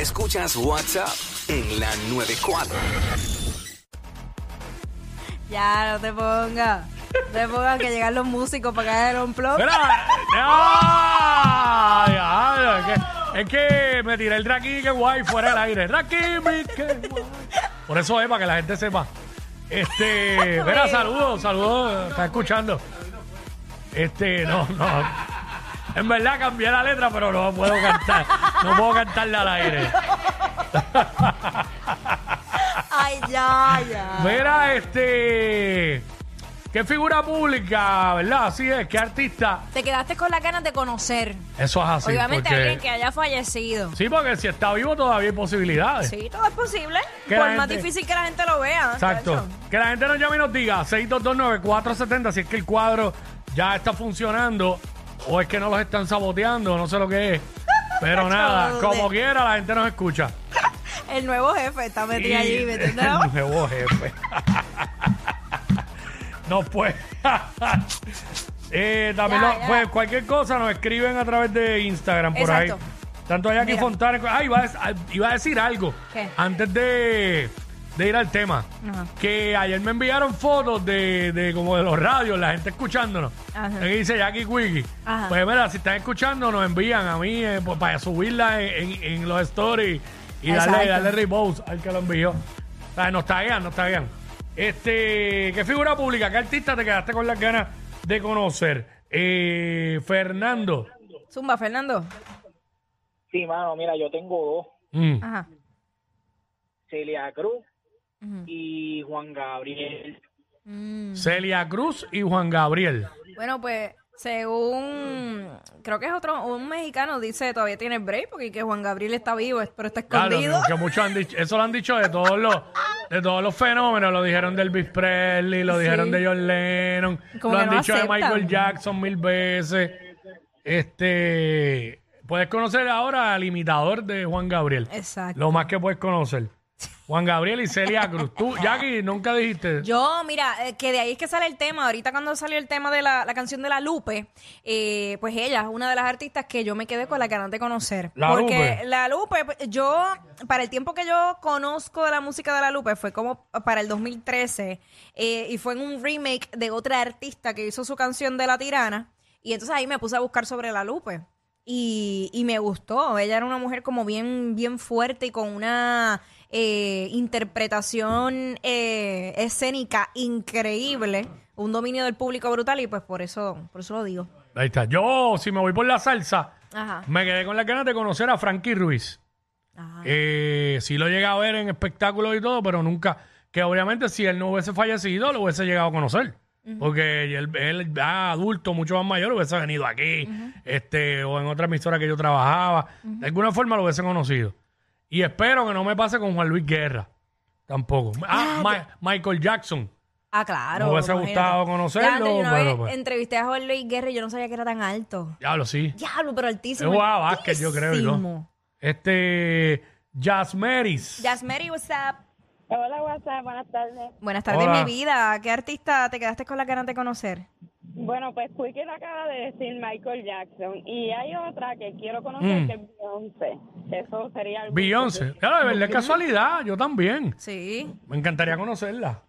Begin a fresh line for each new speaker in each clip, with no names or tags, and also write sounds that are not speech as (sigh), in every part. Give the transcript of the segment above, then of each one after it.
Escuchas WhatsApp en la 94.
Ya, no te pongas. No te pongas que llegan los músicos para caer en un plot.
Mira, ¡ah! Diablo, es, que, es que me tiré el Draki que guay fuera del aire. Draki, mi, que guay. Por eso es, para que la gente sepa. Este, mira, saludos, saludos, está escuchando. Este, no, no. En verdad cambié la letra, pero no puedo cantar. No puedo cantarla al aire.
Ay, ya, ya.
Mira, este. ¿Qué figura pública, verdad? Así es, ¿qué artista?
Te quedaste con las ganas de conocer.
Eso es así.
Obviamente
porque-
alguien que haya fallecido.
Sí, porque si está vivo todavía hay posibilidades.
Sí, todo es posible.
Que
Por
la
más
gente-
difícil que la gente lo vea.
Exacto.
chacho.
Que la gente nos llame y nos diga 6229470 si es que el cuadro ya está funcionando o es que no los están saboteando, no sé lo que es. Pero nada,
¿Dónde?
como quiera la gente nos escucha.
El nuevo jefe está metido allí, ¿me entiendes?
(laughs) El nuevo jefe. (laughs) no pues. (laughs) Eh, también
Ya,
lo-
ya.
pues cualquier cosa nos escriben a través de Instagram por
Exacto.
ahí. Tanto allá que
Mira.
Fontana. Ah, iba a, des- ah, iba a decir algo.
¿Qué?
Antes de, de ir al tema.
Ajá.
Que ayer me enviaron fotos de, de como de los radios, la gente escuchándonos.
Ajá.
Aquí dice Jackie Quickie.
Ajá.
Pues mira, si están escuchando, nos envían a mí eh, pues, para subirla en, en- en los stories y darle,
Exacto.
darle repost al que lo envió. O sea, nos taguean, nos taguean. Este, ¿qué figura pública, qué artista te quedaste con las ganas de conocer? Eh, Fernando.
Zumba, Fernando.
Sí, mano, mira, yo tengo dos,
Mm.
Ajá.
Celia Cruz
Ujú.
y Juan Gabriel.
Mm.
Celia Cruz y Juan Gabriel.
Bueno, pues según creo que es otro un mexicano dice todavía tiene break porque que Juan Gabriel está vivo, pero está
Claro,
escondido.
que, que muchos han dicho, eso lo han dicho de todos los, de todos los fenómenos, lo dijeron de Elvis Presley, lo
Sí.
dijeron de John Lennon,
Como
lo
que
han
no
dicho
aceptan.
de Michael Jackson mil veces. Este, puedes conocer ahora al imitador de Juan Gabriel.
Exacto.
Lo más que puedes conocer. Juan Gabriel y Celia Cruz.
(laughs)
Tú, Jackie, nunca dijiste.
Yo, mira, eh, que de ahí es que sale el tema. Ahorita cuando salió el tema de la, la canción de la Lupe, eh, pues ella es una de las artistas que yo me quedé con la ganas de conocer.
La
Porque
Lupe.
la Lupe, pues, yo, para el tiempo que yo conozco de la música de la Lupe, fue como para el 2013, eh, y fue en un remake de otra artista que hizo su canción de La Tirana, y entonces ahí me puse a buscar sobre la Lupe. Y, y me gustó, ella era una mujer como bien, bien fuerte y con una eh, interpretación eh, escénica increíble, un dominio del público brutal y pues por eso, por eso lo digo.
Ahí está. Yo, si me voy por la salsa,
Ajá.
me quedé con las ganas de conocer a Frankie Ruiz.
Ajá.
Eh, sí lo llega a ver en espectáculos y todo, pero nunca. Que obviamente si él no hubiese fallecido, lo hubiese llegado a conocer. Porque él, él ya adulto, mucho más mayor, hubiese venido aquí, este, o en otra emisora que yo trabajaba. De alguna forma lo hubiese conocido. Y espero que no me pase con Juan Luis Guerra. Tampoco. Ah, Ma- Michael Jackson.
Ah, claro.
Me hubiese
imagínate.
gustado conocerlo,
Diablo, yo una
pero,
vez
pues.
entrevisté a Jorge Luis Guerra y yo no sabía que era tan alto.
Diablo, sí.
Diablo, pero altísimo.
Él jugaba básquet, yo creo, y todo.
altísimo.
Este. Jasmeris.
Yasmeri, what's up?
Hola, WhatsApp, buenas tardes.
Buenas tardes, mi
Hola.
vida. ¿Qué artista te quedaste con la ganas de conocer?
Bueno, pues Quique lo acaba de decir Michael Jackson y hay otra que quiero conocer
Mm.
que es Beyoncé. Eso sería algo.
Beyoncé. Claro, de verdad es casualidad. Yo también.
Sí.
Me encantaría conocerla.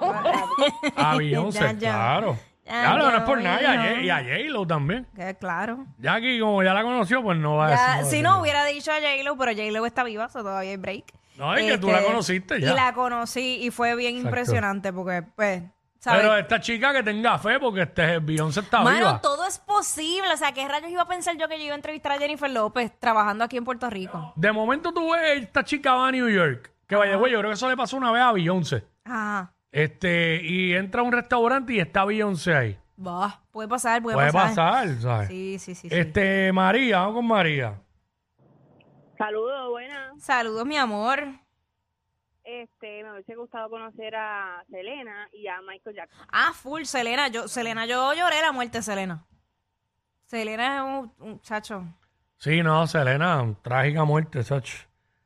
A
(laughs) Ya,
Ah, Beyoncé,
ya.
claro.
Ya,
Claro, no es por
ya,
nada. Y
bueno.
a J- y a J-Lo también.
Que claro.
Jackie, como ya la conoció, pues no va a
Ya,
decir. va a
si
decir
no
nada.
hubiera dicho a J-Lo, pero J-Lo está viva, so todavía hay break. Este,
No, es que tú la conociste ya.
Y la conocí y fue bien
Exacto.
impresionante porque, pues, ¿sabes?
Pero esta chica que tenga fe, porque este Beyoncé está
Mano,
viva.
todo es posible. O sea, ¿qué rayos iba a pensar yo que yo iba a entrevistar a Jennifer López trabajando aquí en Puerto Rico?
De momento tú ves, esta chica va a New York. Que vaya, güey, yo creo que eso le pasó una vez a Beyoncé.
Ajá.
Este, y entra a un restaurante y está Beyoncé ahí.
Bah, puede pasar, puede,
Puede
pasar.
pasar, ¿sabes?
Sí, sí, sí. sí.
Este, María, vamos con María.
Saludos, buenas.
Saludos, mi amor.
Este, me hubiese gustado conocer a Selena y a Michael Jackson.
Ah, full, Selena. Yo, Selena, yo lloré la muerte de Selena. Selena es un, un chacho.
Sí, no, Selena, trágica muerte, Sach.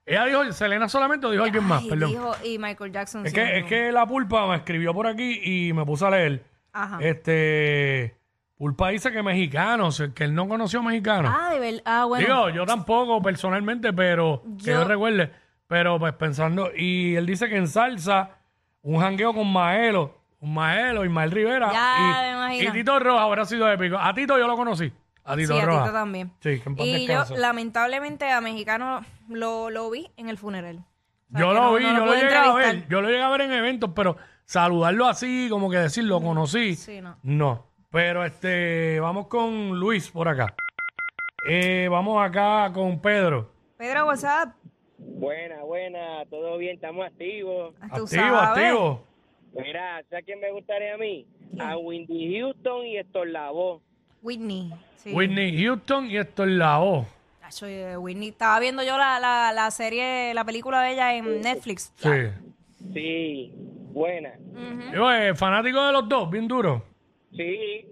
Ella dijo, Selena solamente o dijo alguien más,
Ay,
perdón.
dijo- y Michael Jackson.
Es
sí,
que,
no. Ah.
es que la pulpa me escribió por aquí y me puse a leer.
Ajá.
Este Pulpa dice que mexicanos, que él no conoció mexicanos.
Ah, de verdad. Ah, bueno.
Digo, yo tampoco personalmente, pero que yo
Yo-
recuerde. Pero pues pensando, y él dice que en salsa, un jangueo con Maelo, un Maelo, Ismael Rivera
Ya, me
y,
imagino.
y Tito Rojas habrá sido épico. A Tito yo lo conocí, a Tito
sí, a
Rojas.
Tito también.
Sí, que en paz
y yo,
descanse.
lamentablemente, a Mexicano lo, lo vi en el funeral. O sea,
Yo
que
lo
no-
vi,
no
yo lo
pude
llegué a ver,
entrevistar.
yo lo llegué a ver en eventos, pero saludarlo así, como que decir, lo conocí,
Sí, no.
no. Pero este, vamos con Luis por acá. Eh, vamos acá con Pedro.
Pedro, WhatsApp.
Buena, buena, todo bien, estamos activos.
Ah, Tú
Activo,
sabes.
activo.
Mira, ¿sabes quién me gustaría a mí? A Windy Houston y Estorlabó.
Whitney. Sí.
Whitney Houston y esto es la O.
Tacho, eh, Whitney. Estaba viendo yo la, la, la serie, la película de ella en Netflix.
Sí.
Sí, buena.
Digo, eh, fanático de los dos, bien duro.
Sí,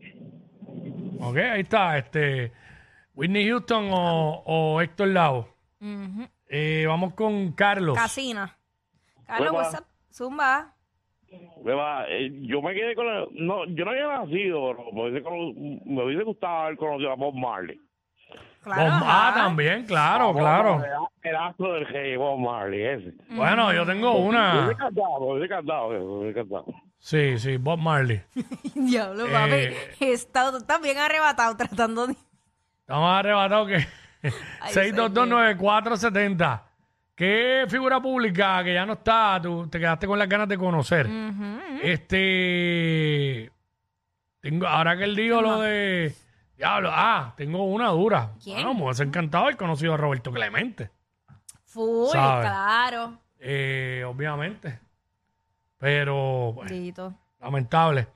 Ok, ahí está, este, Whitney Houston o, o Héctor Lao.
Ujú.
Eh, vamos con Carlos.
Casina. Carlos,
Zumba.
WhatsApp. Zumba.
Beba, eh, yo me quedé con la, no, yo no había nacido, pero me hubiese, cono- me hubiese gustado haber conocido a Bob Marley.
Claro.
Bob- ah,
ajá. (laughs)
también, claro,
Bob
claro.
Marley, El astro del rey, Bob Marley, ese.
Bueno, yo tengo
Me
una.
hubiese cantado, me hubiese cantado, me hubiese cantado.
Sí, sí, Bob Marley.
Diablo,
Eh.
papi. Está, tú estás bien arrebatado tratando de.
Estamos arrebatados que
(laughs) Ay,
6229470. ¿Qué figura pública que ya no está, tú te quedaste con las ganas de conocer? Este tengo ahora que él dijo lo de diablo, ah, tengo una dura.
¿Quién?
Bueno, me hubiese encantado haber conocido a Roberto Clemente.
Full,
Sabe.
claro.
Eh, obviamente. Pero bueno,
Dito.
Lamentable.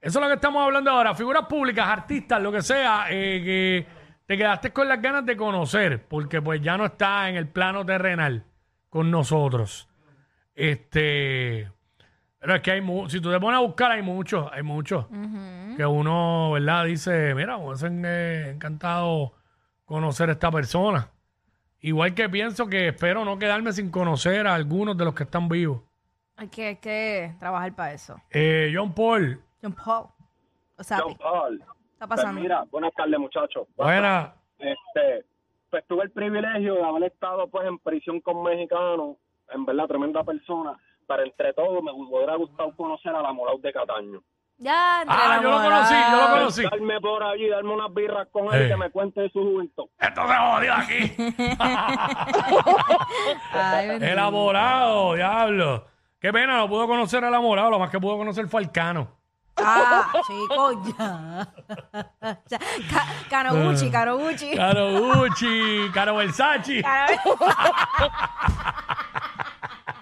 Eso es lo que estamos hablando ahora. Figuras públicas, artistas, lo que sea, eh, que te quedaste con las ganas de conocer, porque pues ya no está en el plano terrenal con nosotros. Este, pero es que hay mu- si tú te pones a buscar, hay muchos, hay muchos. Que uno, ¿verdad? Dice, mira, me hubiese eh, encantado conocer a esta persona. Igual que pienso que espero no quedarme sin conocer a algunos de los que están vivos.
Hay que, hay que trabajar para eso.
Eh, John Paul,
John Paul. O sea,
John Paul.
está
Pues
pasando.
mira, buenas tardes, muchachos.
buena.
Este, pues tuve el privilegio de haber estado pues en prisión con mexicanos, en verdad tremenda persona, pero entre todos me hubiera gustado conocer a la Molau de Cataño.
Ya, entre
Ah, yo lo conocí, yo lo conocí.
Darme por allí, darme unas birras con él
Eh.
y que me cuente de su juventud.
Esto se jodió (laughs) aquí.
Ay, bendito.
Elaborado, diablo. Qué pena, no pudo conocer al amorado, lo más que pudo conocer fue al Cano.
(laughs) Ah, chico, ya. ya. Ca- Canoguchi, Canoguchi.
Caro Gucci, Caro Versace.
Ah. (laughs)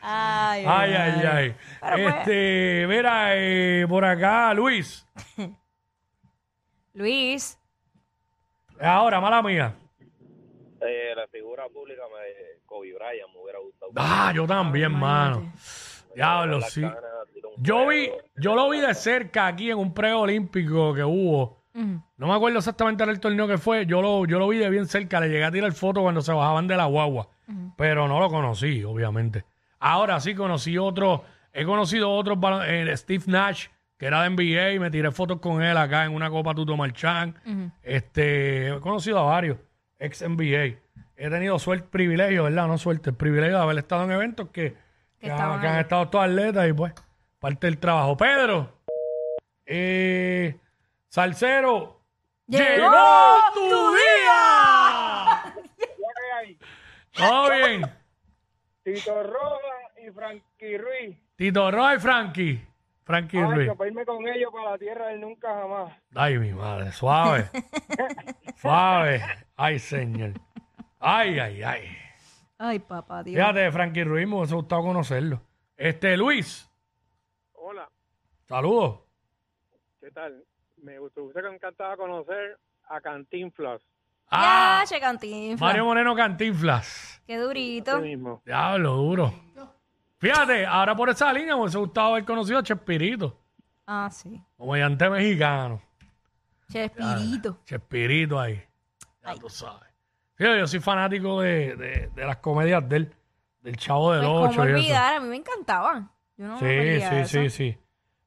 Ay,
Ay, ay, ay.
Pero pues-
Este, mira, eh, por acá, Luis.
Luis.
Ahora, mala mía.
Eh, la figura pública, me, Kobe Bryant, me hubiera gustado.
Ah, yo también, mano. Diablo, sí. Yo vi, yo lo vi de cerca aquí en un preolímpico que hubo. No me acuerdo exactamente el torneo que fue. Yo lo, yo lo vi de bien cerca. Le llegué a tirar foto cuando se bajaban de la guagua. Pero no lo conocí, obviamente. Ahora sí conocí otro. He conocido otros. balo- eh, Steve Nash, que era de NBA. Y me tiré fotos con él acá en una Copa Tuto Marchán. Este, he conocido a varios ex NBA. He tenido suerte, privilegio, ¿verdad? No suerte, el privilegio de haber estado en eventos que, que
estaban
han, que han estado todos atletas y pues parte del trabajo. Pedro, eh, Salcero,
Llegó tu
día. Todo bien.
Tito Rojas y Frankie Ruiz.
Tito Roy, Frankie. Frankie Ruiz.
para irme con ellos para la tierra del nunca jamás.
Ay, mi madre, suave. suave. Ay, señor. Ay, ay, ay.
Ay, papá, Dios.
Fíjate, Frankie Ruiz, me hubiese gustado conocerlo. Este, Luis,
Hola,
saludos.
¿qué tal? Me gustó, me encantaba conocer a Cantinflas.
Ah,
Ya, che, Cantinflas.
Mario Moreno Cantinflas.
Qué durito.
mismo.
Diablo, duro. Fíjate, ahora por esa línea me hubiese gustado haber conocido a Chespirito,
Ah, sí.
comediante mexicano.
Che, espirito.
Chespirito ahí. Ya tú sabes. Sí, yo soy fanático de, de- de las comedias del, del Chavo del
Pues,
Ocho.
¿Cómo
y eso.
olvidar? A mí me encantaba. Yo no me
Sí,
olvidaba
sí,
de eso.
sí, sí.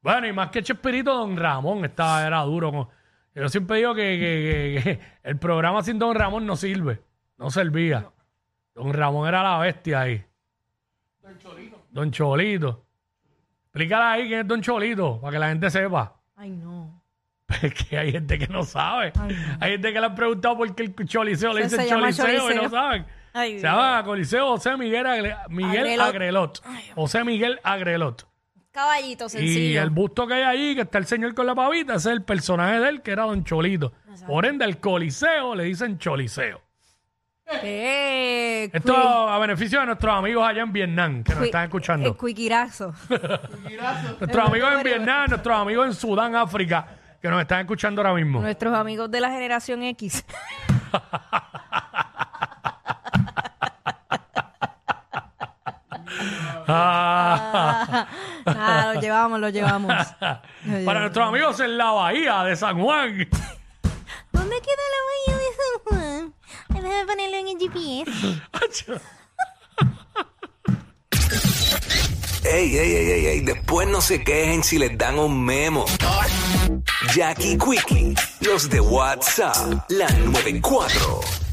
Bueno, y más que Chespirito, Don Ramón estaba, era duro. con- yo siempre digo que, que- que- que el programa sin Don Ramón no sirve. No servía. Don Ramón era la bestia ahí. Don Cholito. Don Cholito. Explícala ahí quién es Don Cholito, para que la gente sepa.
Ay, no.
Es que hay gente que no sabe. Hay gente que le han preguntado por qué el choliseo le
Se- se
dicen
llama
choliseo, y no
choliseo.
saben.
Ay,
se
Dios.
llama Coliseo José Miguel, Agre- Miguel
Agrelot.
Agrelot. José Miguel Agrelot.
Caballito
Y
sencillo.
el busto que hay ahí, que está el señor con la pavita, ese es el personaje de él, que era Don Cholito. Por ende, al Coliseo le dicen Choliseo.
Eh,
Esto
cui-
a beneficio de nuestros amigos allá en Vietnam, que nos
cui-
están escuchando.
eh, cuiquirazo.
(laughs) nuestros amigos en Vietnam, nuestros amigos en Sudán, África, que nos están escuchando ahora mismo.
Nuestros amigos de la generación X.
(laughs) Ah.
Ah, lo llevamos, lo llevamos. Lo
Para
llevamos.
nuestros amigos en la Bahía de San Juan. (laughs)
¿Dónde queda la bahía de San Juan? Ay, Déjame ponerlo en el GPS.
Ey, ey, ey, ey, ey, después no se quejen si les dan un memo. Jackie Quickie, los de WhatsApp, la 94.